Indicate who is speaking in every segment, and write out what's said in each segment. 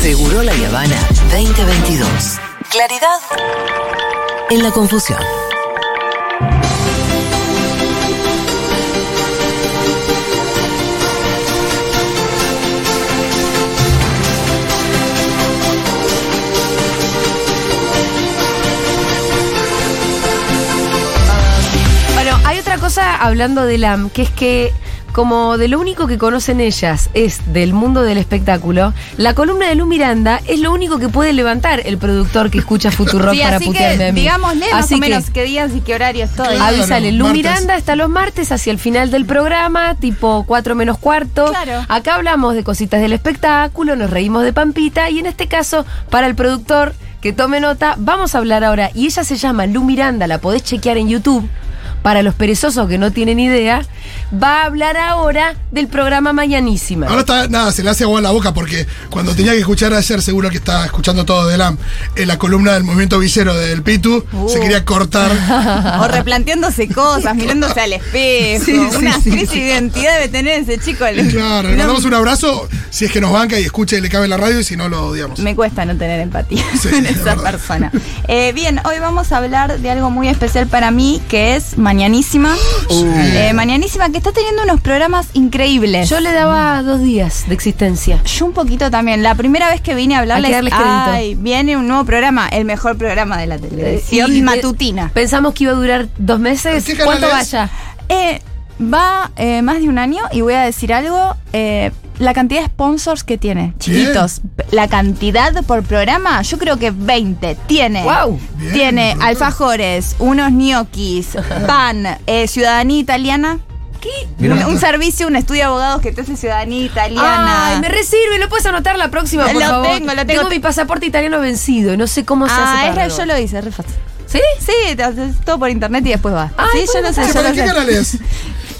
Speaker 1: Seguro la Habana 2022. Claridad en la confusión.
Speaker 2: Bueno, hay otra cosa hablando de LAM, que es que como de lo único que conocen ellas es del mundo del espectáculo, la columna de Lu Miranda es lo único que puede levantar el productor que escucha Futurock
Speaker 3: Sí,
Speaker 2: para
Speaker 3: así
Speaker 2: putearme
Speaker 3: que
Speaker 2: a mí.
Speaker 3: digámosle más
Speaker 2: Así
Speaker 3: o
Speaker 2: que-
Speaker 3: menos qué días y qué horarios todo.
Speaker 2: Claro, Avísale, Lu
Speaker 4: martes.
Speaker 2: Miranda está los martes hacia el final del programa, tipo 4 menos cuarto.
Speaker 3: Claro.
Speaker 2: Acá hablamos de cositas del espectáculo, nos reímos de Pampita y en este caso, para el productor que tome nota, vamos a hablar ahora. Y ella se llama Lu Miranda, la podés chequear en YouTube. Para los perezosos que no tienen idea, va a hablar ahora del programa Mañanísima.
Speaker 4: Ahora está, nada, se le hace agua a la boca porque cuando tenía que escuchar ayer, seguro que estaba escuchando todo de LAM, en la columna del movimiento villero del Pitu, se quería
Speaker 3: Uh.
Speaker 4: cortar.
Speaker 3: O replanteándose cosas, mirándose al espejo. una crisis de identidad debe tener ese chico. El-
Speaker 4: claro, le
Speaker 3: no,
Speaker 4: mandamos un abrazo si es que nos banca y escuche y le cabe en la radio y si no lo odiamos.
Speaker 3: Me cuesta no tener empatía
Speaker 4: Sí,
Speaker 3: con
Speaker 4: es
Speaker 3: esa
Speaker 4: verdad.
Speaker 3: persona. Eh, bien, hoy vamos a hablar de algo muy especial para mí, que es Mañanísima. Eh, Mañanísima, que está teniendo unos programas increíbles.
Speaker 2: Yo le daba dos días de existencia.
Speaker 3: Yo un poquito también. La primera vez que vine a
Speaker 2: Hay que
Speaker 3: hablarles,
Speaker 2: darles crédito.
Speaker 3: ay, viene un nuevo programa, el mejor programa de la televisión
Speaker 2: Eh, Y-
Speaker 3: Eh, matutina.
Speaker 2: Pensamos que iba a durar dos meses.
Speaker 4: ¿Qué canal
Speaker 2: ¿Cuánto
Speaker 4: es?
Speaker 2: vaya?
Speaker 3: Eh, va eh, más de un año y voy a decir algo. eh, la cantidad de sponsors que tiene, chiquitos. La cantidad por programa, yo creo que 20. Tiene.
Speaker 2: Guau.
Speaker 4: Bien,
Speaker 3: tiene
Speaker 4: brutal.
Speaker 3: alfajores, unos gnocchis, pan, eh, ciudadanía italiana. ¿Qué? Un, un servicio, un estudio de abogados que te hace ciudadanía italiana.
Speaker 2: Ay, me resirve, ¿lo puedes anotar la próxima, por
Speaker 3: Lo
Speaker 2: favor?
Speaker 3: tengo, lo tengo.
Speaker 2: mi pasaporte italiano vencido y no sé cómo se
Speaker 3: Ah,
Speaker 2: hace
Speaker 3: es
Speaker 2: para
Speaker 3: re- yo
Speaker 2: renovar.
Speaker 3: lo hice, re fácil.
Speaker 2: ¿Sí?
Speaker 3: Sí, te haces todo por internet y después va.
Speaker 2: Ay,
Speaker 3: sí, yo
Speaker 2: bueno,
Speaker 3: lo sé,
Speaker 4: Che,
Speaker 3: yo
Speaker 4: ¿para
Speaker 3: lo
Speaker 4: qué
Speaker 3: sé.
Speaker 4: canal es?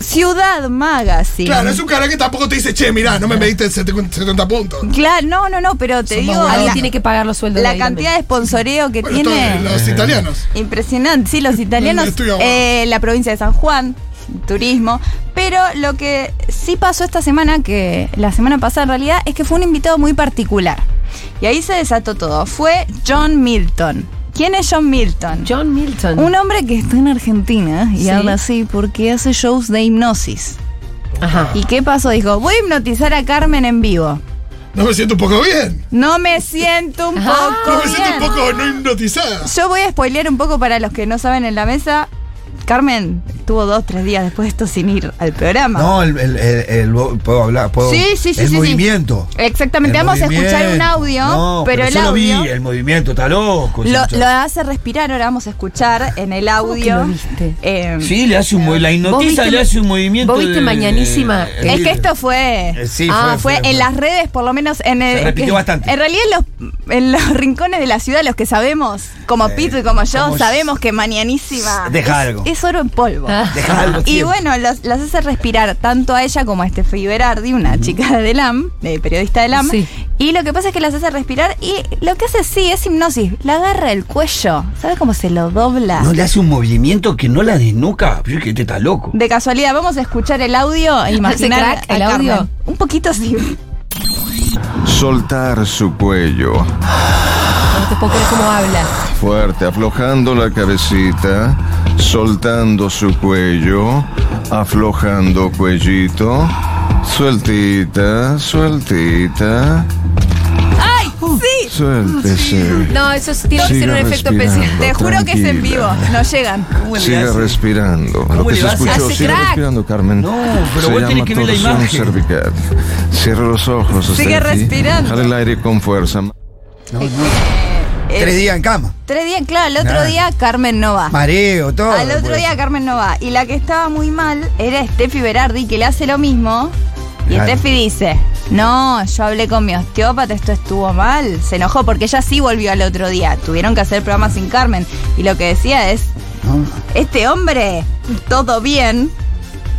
Speaker 3: Ciudad Magazine.
Speaker 4: Claro, es un canal que tampoco te dice, che, mirá, no me mediste 70 puntos.
Speaker 3: Claro, no, no, no, pero te
Speaker 4: Son más
Speaker 3: digo
Speaker 4: baratos.
Speaker 3: la,
Speaker 2: Alguien tiene que pagar los sueldos. de
Speaker 3: la
Speaker 2: ahí
Speaker 3: cantidad de sponsoreo que
Speaker 4: Bueno,
Speaker 3: tiene.
Speaker 4: todos los italianos.
Speaker 3: Impresionante, sí, los italianos,
Speaker 4: Estoy abajo.
Speaker 3: eh, la provincia de San Juan, turismo. Pero lo que sí pasó esta semana, que la semana pasada en realidad, es que fue un invitado muy particular. Y ahí se desató todo. Fue John Milton. ¿Quién es John Milton?
Speaker 2: también. John Milton.
Speaker 3: Un hombre que está en Argentina y
Speaker 2: Sí.
Speaker 3: habla así porque hace shows de hipnosis.
Speaker 2: Ajá.
Speaker 3: ¿Y qué pasó? Dijo, voy a hipnotizar a Carmen en vivo.
Speaker 4: No me siento un poco bien.
Speaker 3: No me siento un
Speaker 2: Ah.
Speaker 4: No
Speaker 3: poco
Speaker 4: me siento un
Speaker 3: bien.
Speaker 4: poco no hipnotizada.
Speaker 3: Yo voy a spoilear un poco para los que no saben en la mesa. Carmen tuvo dos, tres días después de esto sin ir al programa.
Speaker 5: No, el, el- el- el- puedo hablar, puedo.
Speaker 3: Sí, sí, sí, sí,
Speaker 5: El
Speaker 3: sí.
Speaker 5: movimiento.
Speaker 3: Exactamente,
Speaker 5: El
Speaker 3: vamos a escuchar un
Speaker 5: movimiento.
Speaker 3: audio,
Speaker 5: No,
Speaker 3: pero, el
Speaker 5: yo lo
Speaker 3: audio
Speaker 5: vi, el movimiento está loco. ese
Speaker 3: lo,
Speaker 5: muchacho.
Speaker 3: lo hace respirar, ahora vamos a escuchar en el
Speaker 2: ¿Cómo que
Speaker 3: audio.
Speaker 2: lo viste?
Speaker 3: Eh,
Speaker 5: Sí, le hace un mo- la hipnotiza,
Speaker 2: viste-
Speaker 5: le hace un movimiento. eh,
Speaker 2: vos viste
Speaker 5: de-
Speaker 2: Mañanísima?
Speaker 5: de-
Speaker 3: Es que esto fue.
Speaker 5: Eh, sí,
Speaker 3: Ah, fue,
Speaker 5: fue- fue-
Speaker 3: en
Speaker 5: fue.
Speaker 3: las redes, por lo menos en el.
Speaker 5: Se repitió
Speaker 3: que-
Speaker 5: bastante.
Speaker 3: En realidad, en los, en los rincones de la ciudad, los que sabemos, como
Speaker 5: Eh,
Speaker 3: Pito y como yo,
Speaker 5: como
Speaker 3: sabemos que mañanísima.
Speaker 5: Deja
Speaker 3: es-
Speaker 5: algo.
Speaker 3: Es, oro en polvo.
Speaker 2: Ah.
Speaker 5: Deja algo
Speaker 3: Y
Speaker 5: siempre.
Speaker 3: bueno, los- las hace respirar tanto a ella como a Estefi Berardi, una chica de LAM, de periodista de LAM.
Speaker 2: Sí.
Speaker 3: Y lo que pasa es que las hace respirar y lo que hace sí es hipnosis. La agarra el cuello. ¿Sabes cómo se lo dobla?
Speaker 5: No le hace un movimiento que no la desnuca. Pero es que este está loco.
Speaker 3: De casualidad, vamos a escuchar el audio e imaginar
Speaker 2: crack
Speaker 3: a
Speaker 2: el audio?
Speaker 3: Carmen. Un poquito sí.
Speaker 6: Soltar su cuello,
Speaker 2: No te puedo creer cómo habla.
Speaker 6: fuerte, aflojando la cabecita, soltando su cuello, aflojando cuellito, sueltita, sueltita,
Speaker 3: ¡Ay! ¡Sí!
Speaker 6: suéltese.
Speaker 2: No, eso es- tiene que ser
Speaker 6: Siga
Speaker 2: un efecto
Speaker 6: respirando.
Speaker 2: especial.
Speaker 3: Te juro que es en vivo,
Speaker 6: Tranquila.
Speaker 3: no llegan.
Speaker 5: ¿Cómo le
Speaker 6: Siga
Speaker 5: hace?
Speaker 6: respirando. Lo
Speaker 5: ¿Cómo
Speaker 6: que
Speaker 5: le
Speaker 6: se
Speaker 5: va a hacer?
Speaker 6: escuchó,
Speaker 2: Hace
Speaker 6: siga
Speaker 2: crack.
Speaker 6: respirando, Carmen.
Speaker 5: No, pero
Speaker 6: se
Speaker 5: vos
Speaker 6: llama
Speaker 5: tenés que ver la
Speaker 6: torsión
Speaker 5: imagen.
Speaker 6: cervical. Cierra los ojos. hasta
Speaker 3: Sigue
Speaker 6: aquí.
Speaker 3: respirando.
Speaker 6: Jale el aire con fuerza.
Speaker 3: Eh,
Speaker 7: Tres días en cama.
Speaker 3: Tres días, claro, al otro
Speaker 7: Nah.
Speaker 3: día Carmen no va.
Speaker 7: Mareo, todo.
Speaker 3: Al otro
Speaker 7: pues.
Speaker 3: día Carmen no va. Y la que estaba muy mal era Steffi Berardi, que le hace lo mismo. Y
Speaker 7: Claro.
Speaker 3: Steffi dice, no, yo hablé con mi osteópata, esto estuvo mal. Se enojó porque ella sí volvió al otro día. Tuvieron que hacer programa sin Carmen. Y lo que decía es,
Speaker 7: No.
Speaker 3: este hombre, todo bien,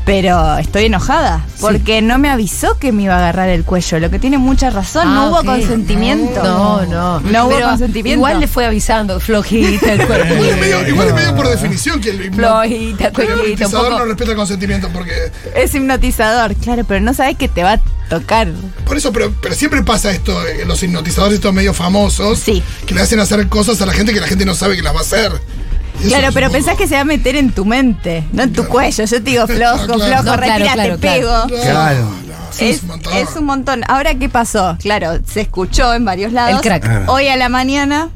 Speaker 3: pero estoy enojada porque no me avisó que me iba a agarrar el cuello, lo que tiene mucha razón, no
Speaker 2: Ah,
Speaker 3: hubo
Speaker 2: ok.
Speaker 3: consentimiento.
Speaker 2: No, no.
Speaker 3: No hubo
Speaker 2: Pero
Speaker 3: consentimiento.
Speaker 2: Igual le fue avisando, flojita el cuerpo.
Speaker 4: Igual es medio, igual es medio por definición que el
Speaker 2: flojita,
Speaker 4: el
Speaker 2: cuellito, un
Speaker 4: hipnotizador no
Speaker 2: poco.
Speaker 4: respeta el consentimiento porque
Speaker 3: es hipnotizador, claro, pero no sabes que te va tocar.
Speaker 4: Por eso, pero, pero siempre pasa esto, eh, los hipnotizadores estos medio famosos,
Speaker 3: Sí.
Speaker 4: que le hacen hacer cosas a la gente que la gente no sabe que las va a hacer. Eso
Speaker 3: Claro,
Speaker 4: es
Speaker 3: pero
Speaker 4: un
Speaker 3: pensás
Speaker 4: poco-
Speaker 3: que se va a meter en tu mente, no en tu cuello. Yo te digo flojo,
Speaker 4: Claro, claro.
Speaker 2: No,
Speaker 3: flojo,
Speaker 2: claro,
Speaker 3: retírate,
Speaker 2: claro,
Speaker 3: pego.
Speaker 2: claro.
Speaker 5: Claro.
Speaker 4: No, no, eso
Speaker 3: Es, es un montón. Ahora, ¿qué pasó? Claro, se escuchó en varios lados.
Speaker 2: El crack.
Speaker 3: Hoy a la mañana,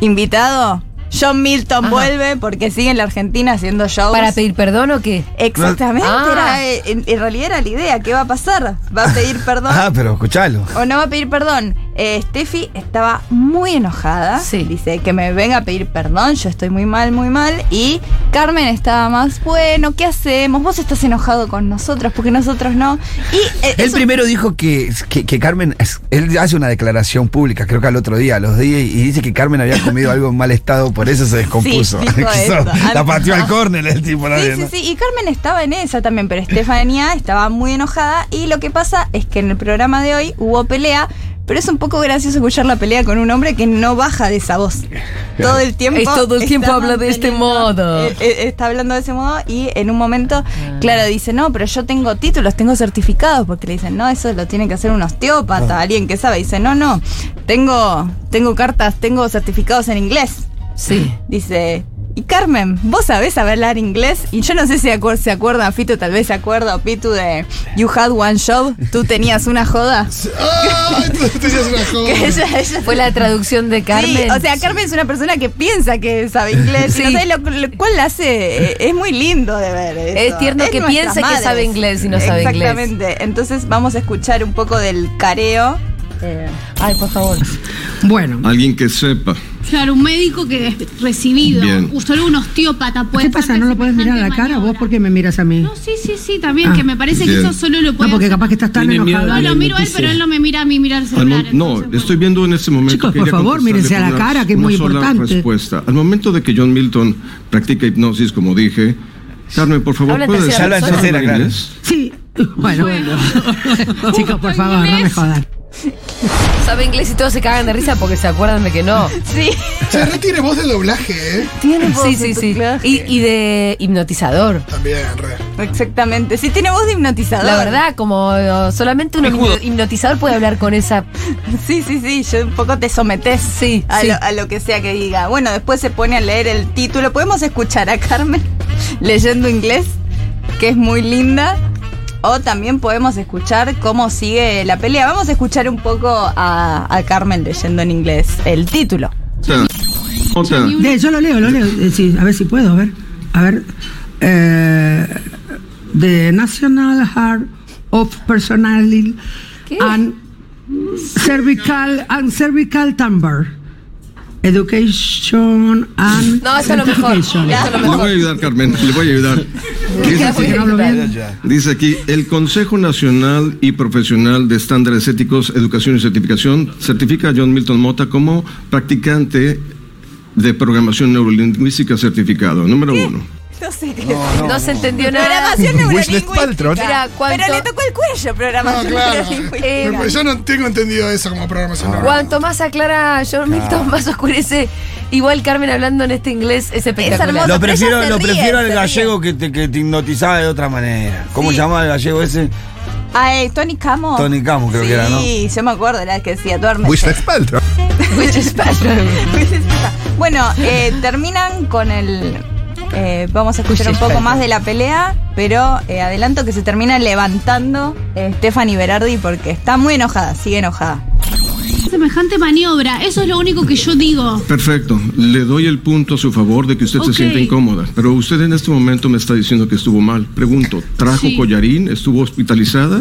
Speaker 3: invitado, John Milton
Speaker 2: Ajá.
Speaker 3: vuelve porque sigue en la Argentina haciendo shows.
Speaker 2: ¿Para pedir perdón o qué?
Speaker 3: Exactamente,
Speaker 2: Ah.
Speaker 3: era, eh, en, en realidad era la idea. ¿Qué va a pasar? ¿Va a pedir perdón?
Speaker 5: Ah, pero escuchalo.
Speaker 3: O no va a pedir perdón. Eh, Steffi estaba muy enojada.
Speaker 2: Sí.
Speaker 3: Dice que me venga a pedir perdón, yo estoy muy mal, muy mal. Y Carmen estaba más, bueno, ¿qué hacemos? Vos estás enojado con nosotros, porque nosotros no. Y eh,
Speaker 5: Él
Speaker 3: eso-
Speaker 5: primero dijo que, que, que Carmen, es- él hace una declaración pública, creo que al otro día, a los días, y dice que Carmen había comido algo en mal estado, por eso se descompuso.
Speaker 3: Sí, dijo
Speaker 5: Eso,
Speaker 3: eso. Ah.
Speaker 5: la pateó al córner el tipo. la
Speaker 3: Sí,
Speaker 5: verdad.
Speaker 3: sí, sí. Y Carmen estaba en esa también, pero Estefanía estaba muy enojada. Y lo que pasa es que en el programa de hoy hubo pelea. Pero es un poco gracioso escuchar la pelea con un hombre que no baja de esa voz. Todo el tiempo.
Speaker 2: Es todo el
Speaker 3: está
Speaker 2: tiempo habla de este
Speaker 3: manteniendo-
Speaker 2: modo. Ah.
Speaker 3: eh, eh, está hablando de ese modo. Y en un momento, claro, dice: No, pero yo tengo títulos, tengo certificados. Porque le dicen: No, eso lo tiene que hacer un osteópata, alguien que sabe. Dice: No, no, tengo, tengo cartas, tengo certificados en inglés.
Speaker 2: Sí.
Speaker 3: Dice, y Carmen, vos sabés hablar inglés? Y yo no sé si acuer- se acuerda, Fito, tal vez se acuerda, o Pitu, de You Had One Job, tú tenías una joda.
Speaker 4: ¡Ah! Tú decías una
Speaker 3: Que
Speaker 4: joven.
Speaker 3: ella- ella-
Speaker 2: Fue la traducción de Carmen.
Speaker 3: Sí, o sea, Carmen es una persona que piensa que sabe inglés, y no
Speaker 2: Sí.
Speaker 3: sabe lo, lo cual la hace, eh, es muy lindo de ver. eso.
Speaker 2: Es tierno que
Speaker 3: nuestras
Speaker 2: piense que
Speaker 3: madres.
Speaker 2: sabe inglés y no sabe inglés.
Speaker 3: Exactamente, entonces vamos a escuchar un poco del careo.
Speaker 2: Eh, Ay, por favor.
Speaker 7: Bueno,
Speaker 6: Alguien que sepa.
Speaker 8: Claro, un médico que es recibido,
Speaker 6: Bien.
Speaker 8: un- solo un osteópata puede
Speaker 7: ¿qué pasa?
Speaker 8: hacer
Speaker 7: ¿No lo podés mirar a la
Speaker 8: semejante
Speaker 7: cara? ¿Vos
Speaker 8: maniobra.
Speaker 7: por qué me miras a mí?
Speaker 8: No, sí, sí, sí, también,
Speaker 7: Ah.
Speaker 8: que me parece
Speaker 6: Bien.
Speaker 8: que eso solo lo puede
Speaker 7: No, porque
Speaker 8: hacer-
Speaker 7: capaz que estás tan
Speaker 9: Tiene miedo
Speaker 7: enojado.
Speaker 8: No, lo
Speaker 9: Dale,
Speaker 8: miro a él,
Speaker 9: noticia.
Speaker 8: pero él no me mira a mí mirar el
Speaker 9: Al
Speaker 8: celular.
Speaker 9: mom- no,
Speaker 8: entonces, bueno.
Speaker 6: estoy viendo en ese momento.
Speaker 7: Chicos, por
Speaker 6: quería
Speaker 7: favor,
Speaker 6: contestarle
Speaker 7: mírense a la
Speaker 6: con una-
Speaker 7: cara, que es
Speaker 6: una
Speaker 7: muy
Speaker 6: sola
Speaker 7: importante.
Speaker 6: respuesta. Al momento de que John Milton practica hipnosis, como dije, Carmen, por favor,
Speaker 2: Habla en
Speaker 6: ¿puedes
Speaker 2: tercera
Speaker 6: hablar
Speaker 5: persona.
Speaker 6: en
Speaker 5: Claro.
Speaker 6: inglés?
Speaker 7: Sí, bueno, bueno. Chicos, por
Speaker 8: Ay,
Speaker 7: favor, no me
Speaker 8: Inés.
Speaker 7: jodan.
Speaker 2: Sabe inglés y todos se cagan de risa porque se acuerdan de que no.
Speaker 3: Sí,
Speaker 4: Se retiene voz de doblaje, ¿eh?
Speaker 3: tiene voz
Speaker 2: Sí,
Speaker 3: de
Speaker 2: sí,
Speaker 3: tu
Speaker 2: sí.
Speaker 3: clase.
Speaker 2: Y, y de hipnotizador.
Speaker 4: También, re.
Speaker 3: Exactamente, sí, tiene voz de hipnotizador.
Speaker 2: La verdad, como eh, solamente un hipno- hipnotizador puede hablar con esa.
Speaker 3: Sí, sí, sí, yo un poco te sometés
Speaker 2: Sí,
Speaker 3: a,
Speaker 2: sí.
Speaker 3: Lo, a lo que sea que diga. Bueno, después se pone a leer el título. Podemos escuchar a Carmen leyendo inglés, que es muy linda. O también podemos escuchar cómo sigue la pelea. Vamos a escuchar un poco a, a Carmen leyendo en inglés el título.
Speaker 6: Nota.
Speaker 7: De- yo lo leo, lo leo. Eh, sí, a ver si puedo, a ver. A ver. Eh, the National Heart of Personality and Cervical and Cervical Timbre. Education and
Speaker 2: No, eso es lo mejor.
Speaker 7: Certification.
Speaker 2: Eso es lo
Speaker 6: Le voy a
Speaker 2: mejor.
Speaker 6: ayudar, Carmen, le voy a ayudar. Dice
Speaker 7: Así que no hablo bien.
Speaker 6: Dice aquí, el Consejo Nacional y Profesional de Estándares Éticos, Educación y Certificación certifica a John Milton Mota como practicante de programación neurolingüística certificado. Número uno.
Speaker 3: No sé qué.
Speaker 2: No se entendió nada.
Speaker 3: Programación
Speaker 5: Wislet Paltrow.
Speaker 3: neurolingüística.
Speaker 2: Mira, cuánto-
Speaker 3: Pero le tocó el cuello,
Speaker 4: No,
Speaker 3: programación
Speaker 4: claro.
Speaker 3: neurolingüística.
Speaker 5: Eh,
Speaker 4: Me- yo no tengo entendido eso como
Speaker 5: Ah.
Speaker 4: programación. no.
Speaker 2: Cuanto más aclara John Milton, más oscurece. Igual Carmen hablando en este inglés es espectacular.
Speaker 3: hermoso.
Speaker 5: Lo
Speaker 3: pero
Speaker 5: prefiero,
Speaker 3: ella se
Speaker 5: lo
Speaker 3: ríe,
Speaker 5: prefiero al
Speaker 3: se
Speaker 5: gallego que te, que te hipnotizaba de otra manera. ¿Cómo
Speaker 3: Sí.
Speaker 5: llamaba el gallego ese?
Speaker 3: Ay, Ah, eh, Tony Camo.
Speaker 5: Tony Camo creo
Speaker 3: sí,
Speaker 5: que era, ¿no?
Speaker 3: Sí, yo me acuerdo, era el que decía, duerme.
Speaker 2: Which is better.
Speaker 3: Bueno, eh, terminan con el. eh, vamos a escuchar un poco más de la pelea, pero eh, adelanto que se termina levantando eh, Stephanie Berardi porque está muy enojada, sigue enojada.
Speaker 8: Semejante maniobra, eso es lo único que yo digo.
Speaker 6: Perfecto. Le doy el punto a su favor de que usted
Speaker 8: Ok.
Speaker 6: se siente incómoda. Pero usted en este momento me está diciendo que estuvo mal. Pregunto, ¿trajo
Speaker 8: Sí.
Speaker 6: collarín? ¿Estuvo hospitalizada?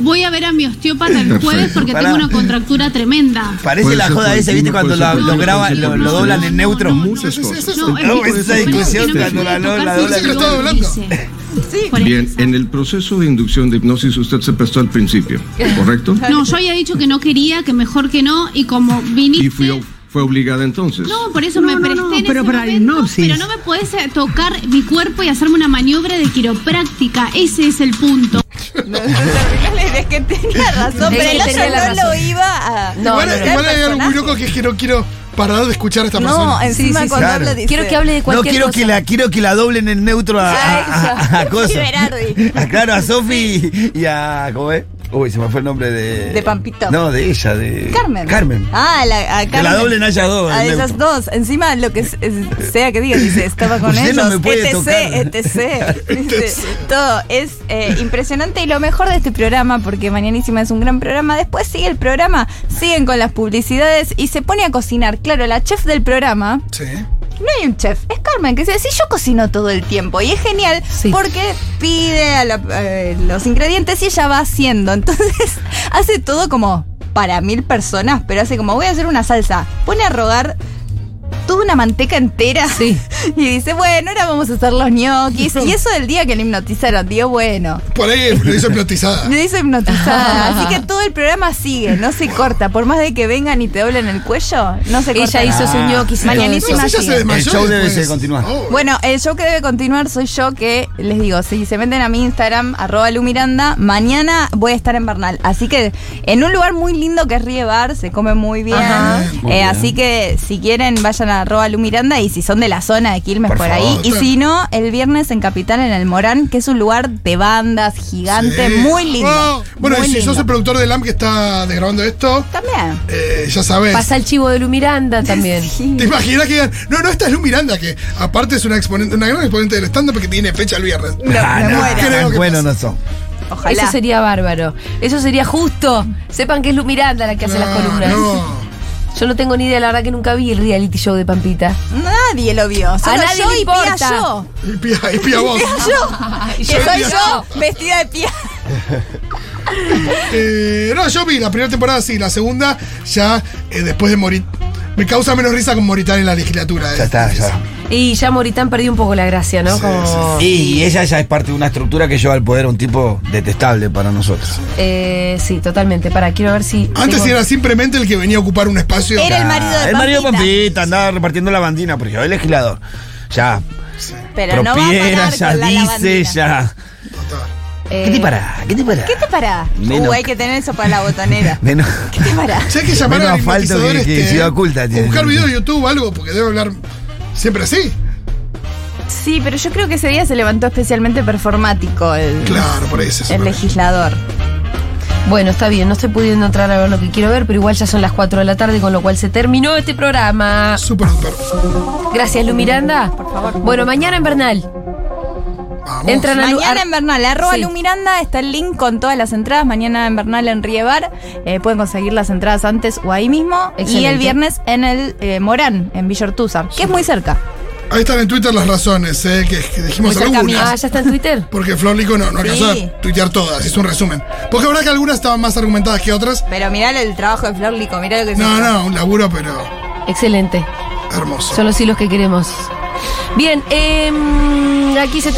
Speaker 8: Voy a ver a mi osteópata el jueves porque
Speaker 5: Pará.
Speaker 8: tengo una contractura tremenda.
Speaker 5: Parece
Speaker 6: Puede
Speaker 5: la
Speaker 6: ser
Speaker 5: joda
Speaker 6: por
Speaker 5: esa,
Speaker 6: el
Speaker 5: ¿viste?
Speaker 6: timo,
Speaker 5: Cuando
Speaker 6: puede
Speaker 5: la-
Speaker 6: ser por
Speaker 5: lo
Speaker 6: el
Speaker 5: graban,
Speaker 6: timo,
Speaker 5: lo,
Speaker 6: puede
Speaker 5: lo
Speaker 6: ser
Speaker 5: doblan
Speaker 6: por
Speaker 5: en
Speaker 6: el
Speaker 5: neutro.
Speaker 6: timo. Muchas
Speaker 4: Sí, sí, sí,
Speaker 6: cosas.
Speaker 4: sí.
Speaker 8: No, es
Speaker 5: No,
Speaker 8: que-
Speaker 5: esa
Speaker 8: bueno,
Speaker 5: discusión
Speaker 8: que no me
Speaker 5: cuando la-
Speaker 8: puede
Speaker 5: la- la-
Speaker 8: tocar
Speaker 5: la-
Speaker 8: si
Speaker 5: la-
Speaker 8: yo
Speaker 4: la-
Speaker 8: lo
Speaker 4: la- la-
Speaker 8: hice. Por
Speaker 6: Bien,
Speaker 8: esa.
Speaker 6: en el proceso de inducción de hipnosis usted se prestó al principio, ¿correcto?
Speaker 8: No, yo había dicho que no quería, que mejor que no, y como viniste...
Speaker 6: Y fui- fue obligada entonces.
Speaker 8: No, por eso
Speaker 7: No,
Speaker 8: me
Speaker 7: no,
Speaker 8: presté
Speaker 7: no,
Speaker 8: en
Speaker 7: pero
Speaker 8: ese
Speaker 7: para la
Speaker 8: momento,
Speaker 7: hipnosis.
Speaker 8: pero no me podés eh, tocar mi cuerpo y hacerme una maniobra de quiropráctica. Ese es el punto.
Speaker 3: es que tenía razón,
Speaker 2: Es
Speaker 3: pero
Speaker 2: que
Speaker 3: el otro
Speaker 2: tenía la
Speaker 3: no
Speaker 2: razón.
Speaker 3: lo iba a.
Speaker 2: No,
Speaker 4: igual
Speaker 2: no, no.
Speaker 4: igual hay
Speaker 3: el
Speaker 4: algo muy loco que es que no quiero parar de escuchar a esta
Speaker 3: No, eh,
Speaker 4: persona.
Speaker 3: encima
Speaker 2: Sí, sí,
Speaker 3: cuando
Speaker 5: claro.
Speaker 3: habla dice.
Speaker 2: Quiero que hable de
Speaker 5: No
Speaker 2: cualquier
Speaker 5: quiero
Speaker 2: cosa.
Speaker 5: que la quiero que la doblen en neutro a, a, a, a
Speaker 3: Ah, eso.
Speaker 5: cosa.
Speaker 3: Berardi.
Speaker 5: A- claro, a Sofi y a ¿cómo es? Uy, se me fue el nombre de.
Speaker 3: De Pampito.
Speaker 5: No, de ella, de.
Speaker 3: Carmen.
Speaker 5: Carmen.
Speaker 3: Ah, la, a Carmen.
Speaker 5: Que la doblen a ellas dos.
Speaker 3: A
Speaker 5: el
Speaker 3: esas
Speaker 5: neutro.
Speaker 3: dos. Encima, lo que es- es- sea que diga, dice, estaba con
Speaker 5: Usted
Speaker 3: ellos.
Speaker 5: no me puede
Speaker 3: etc,
Speaker 5: tocar.
Speaker 3: etc. Dice, todo. Es eh, impresionante y lo mejor de este programa, porque Mañanísima es un gran programa. Después sigue el programa, siguen con las publicidades y se pone a cocinar. Claro, la chef del programa.
Speaker 4: Sí.
Speaker 3: No hay un chef, es Carmen que dice, sí, yo cocino todo el tiempo y es genial
Speaker 2: Sí.
Speaker 3: porque pide a la- eh, los ingredientes y ella va haciendo. Entonces hace todo como para mil personas, pero hace como voy a hacer una salsa. Pone a rogar toda una manteca entera
Speaker 2: Sí.
Speaker 3: y dice, bueno, ahora vamos a hacer los ñoquis. Y eso del día que le hipnotizaron, digo, bueno.
Speaker 4: Por ahí eh, lo hizo hipnotizada.
Speaker 3: Le hizo hipnotizada. Así que todo el programa sigue, no se corta. Por más de que vengan y te doblen el cuello, no se corta.
Speaker 2: Ella hizo
Speaker 3: nada.
Speaker 2: su ñoquis. y todo
Speaker 3: Mañanita
Speaker 2: eso.
Speaker 4: Entonces ella se desmayó
Speaker 5: El show debe
Speaker 4: después.
Speaker 5: ser continuar.
Speaker 4: Oh.
Speaker 3: Bueno, el show que debe continuar soy yo que les digo, si se meten a mi Instagram, arroba Lu Miranda, mañana voy a estar en Bernal. Así que en un lugar muy lindo que es Rie Bar, se come muy bien.
Speaker 4: Ajá.
Speaker 5: Muy
Speaker 3: Eh,
Speaker 5: bien.
Speaker 3: Así que si quieren, vayan a arroba Lu Miranda y si son de la zona de Quilmes
Speaker 5: Por
Speaker 3: por, ahí.
Speaker 5: favor.
Speaker 3: Y si no, el viernes en Capital, en el Morán, que es un lugar de bandas gigante,
Speaker 4: Sí.
Speaker 3: muy lindo.
Speaker 4: Oh. Bueno,
Speaker 3: muy
Speaker 4: y si
Speaker 3: lindo.
Speaker 4: sos el productor de LAM que está desgrabando esto,
Speaker 3: También.
Speaker 4: eh, ya sabes.
Speaker 2: Pasa el chivo de Lu Miranda también.
Speaker 4: ¿Te imaginas que digan, no, no, esta es Lu Miranda, que aparte es una exponente, una gran exponente del stand-up que tiene fecha el viernes?
Speaker 5: Ah,
Speaker 3: me
Speaker 5: no,
Speaker 3: muero.
Speaker 5: tan
Speaker 4: Creo que
Speaker 5: buenos
Speaker 4: pasa.
Speaker 5: no son.
Speaker 3: Ojalá.
Speaker 2: Eso sería bárbaro. Eso sería justo. Sepan que es Lu Miranda la que hace las
Speaker 4: No,
Speaker 3: ¿eh?
Speaker 2: columnas.
Speaker 4: no.
Speaker 2: Yo no tengo ni idea, la verdad que nunca vi el reality show de Pampita.
Speaker 3: Nadie lo vio. Solo
Speaker 2: A nadie
Speaker 3: yo
Speaker 2: le
Speaker 3: y Pía
Speaker 2: importa.
Speaker 3: yo.
Speaker 4: Y pía, y pía vos.
Speaker 3: yo, que
Speaker 4: Yo
Speaker 3: soy
Speaker 4: pía.
Speaker 3: yo vestida de pía.
Speaker 4: Eh, no, yo vi la primera temporada, sí, la segunda, ya eh, después de morir. Me causa menos risa con Moritán en la legislatura. eh.
Speaker 5: Ya está, ya.
Speaker 2: Y ya Moritán perdió un poco la gracia, ¿no?
Speaker 4: Sí,
Speaker 2: Como,
Speaker 5: Y ella ya es parte de una estructura que lleva al poder un tipo detestable para nosotros.
Speaker 2: eh, sí, totalmente. Para, quiero ver si.
Speaker 4: Antes
Speaker 2: tengo-
Speaker 4: era simplemente el que venía a ocupar un espacio.
Speaker 3: Era el marido de
Speaker 5: El marido de
Speaker 3: Pampita.
Speaker 5: Pampita andaba repartiendo la bandina, pero yo el legislador. Ya.
Speaker 3: Pero no va a
Speaker 5: propiera,
Speaker 3: parar
Speaker 5: ya
Speaker 3: con la
Speaker 5: dice,
Speaker 3: lavandina.
Speaker 5: ya.
Speaker 2: eh,
Speaker 5: ¿Qué te pará? ¿Qué te pará?
Speaker 3: ¿Qué te para?
Speaker 5: Menos-
Speaker 3: Uh, hay que tener eso para la botonera.
Speaker 5: Menos.
Speaker 3: ¿Qué te para?
Speaker 4: Si hay que llamar
Speaker 5: Menos
Speaker 4: al
Speaker 5: asfalto
Speaker 4: hipnotizador
Speaker 5: que- que
Speaker 4: este,
Speaker 5: Ciudad Oculta
Speaker 4: o
Speaker 5: tiene.
Speaker 4: buscar video de YouTube o algo, porque debe hablar siempre así.
Speaker 3: Sí, pero yo creo que ese día se levantó especialmente performático el,
Speaker 4: Claro, por ahí se
Speaker 3: el
Speaker 4: supone.
Speaker 3: legislador.
Speaker 2: Bueno, está bien, no estoy pudiendo entrar a ver lo que quiero ver, pero igual ya son las 4 de la tarde, con lo cual se terminó este programa.
Speaker 4: Super duper.
Speaker 2: Gracias, Lu Miranda. Por favor. Bueno, mañana en Bernal.
Speaker 4: Vamos.
Speaker 2: Entran a Lu-
Speaker 3: Mañana
Speaker 2: a-
Speaker 3: en Bernal, arroba
Speaker 2: Sí.
Speaker 3: Lu Miranda, está el link con todas las entradas. Mañana en Bernal en Riebar. Eh, pueden conseguir las entradas antes o ahí mismo. Y
Speaker 2: Excelente.
Speaker 3: el viernes en el eh, Morán, en Villa Ortuza, que es muy cerca.
Speaker 4: Ahí están en Twitter las razones, eh, que, que dijimos
Speaker 3: Muy cerca mío.
Speaker 2: Ah,
Speaker 4: algunas.
Speaker 2: ya está en Twitter.
Speaker 4: Porque Flor Lico no, no alcanzó
Speaker 3: Sí.
Speaker 4: a tuitear todas, es un resumen. Porque habrá que algunas estaban más argumentadas que otras.
Speaker 3: Pero mirá el trabajo de Flor Lico, mirá lo que se
Speaker 4: No,
Speaker 3: hizo.
Speaker 4: no, un laburo, pero
Speaker 2: Excelente.
Speaker 4: hermoso.
Speaker 2: Son los hilos que queremos. Bien, em, aquí se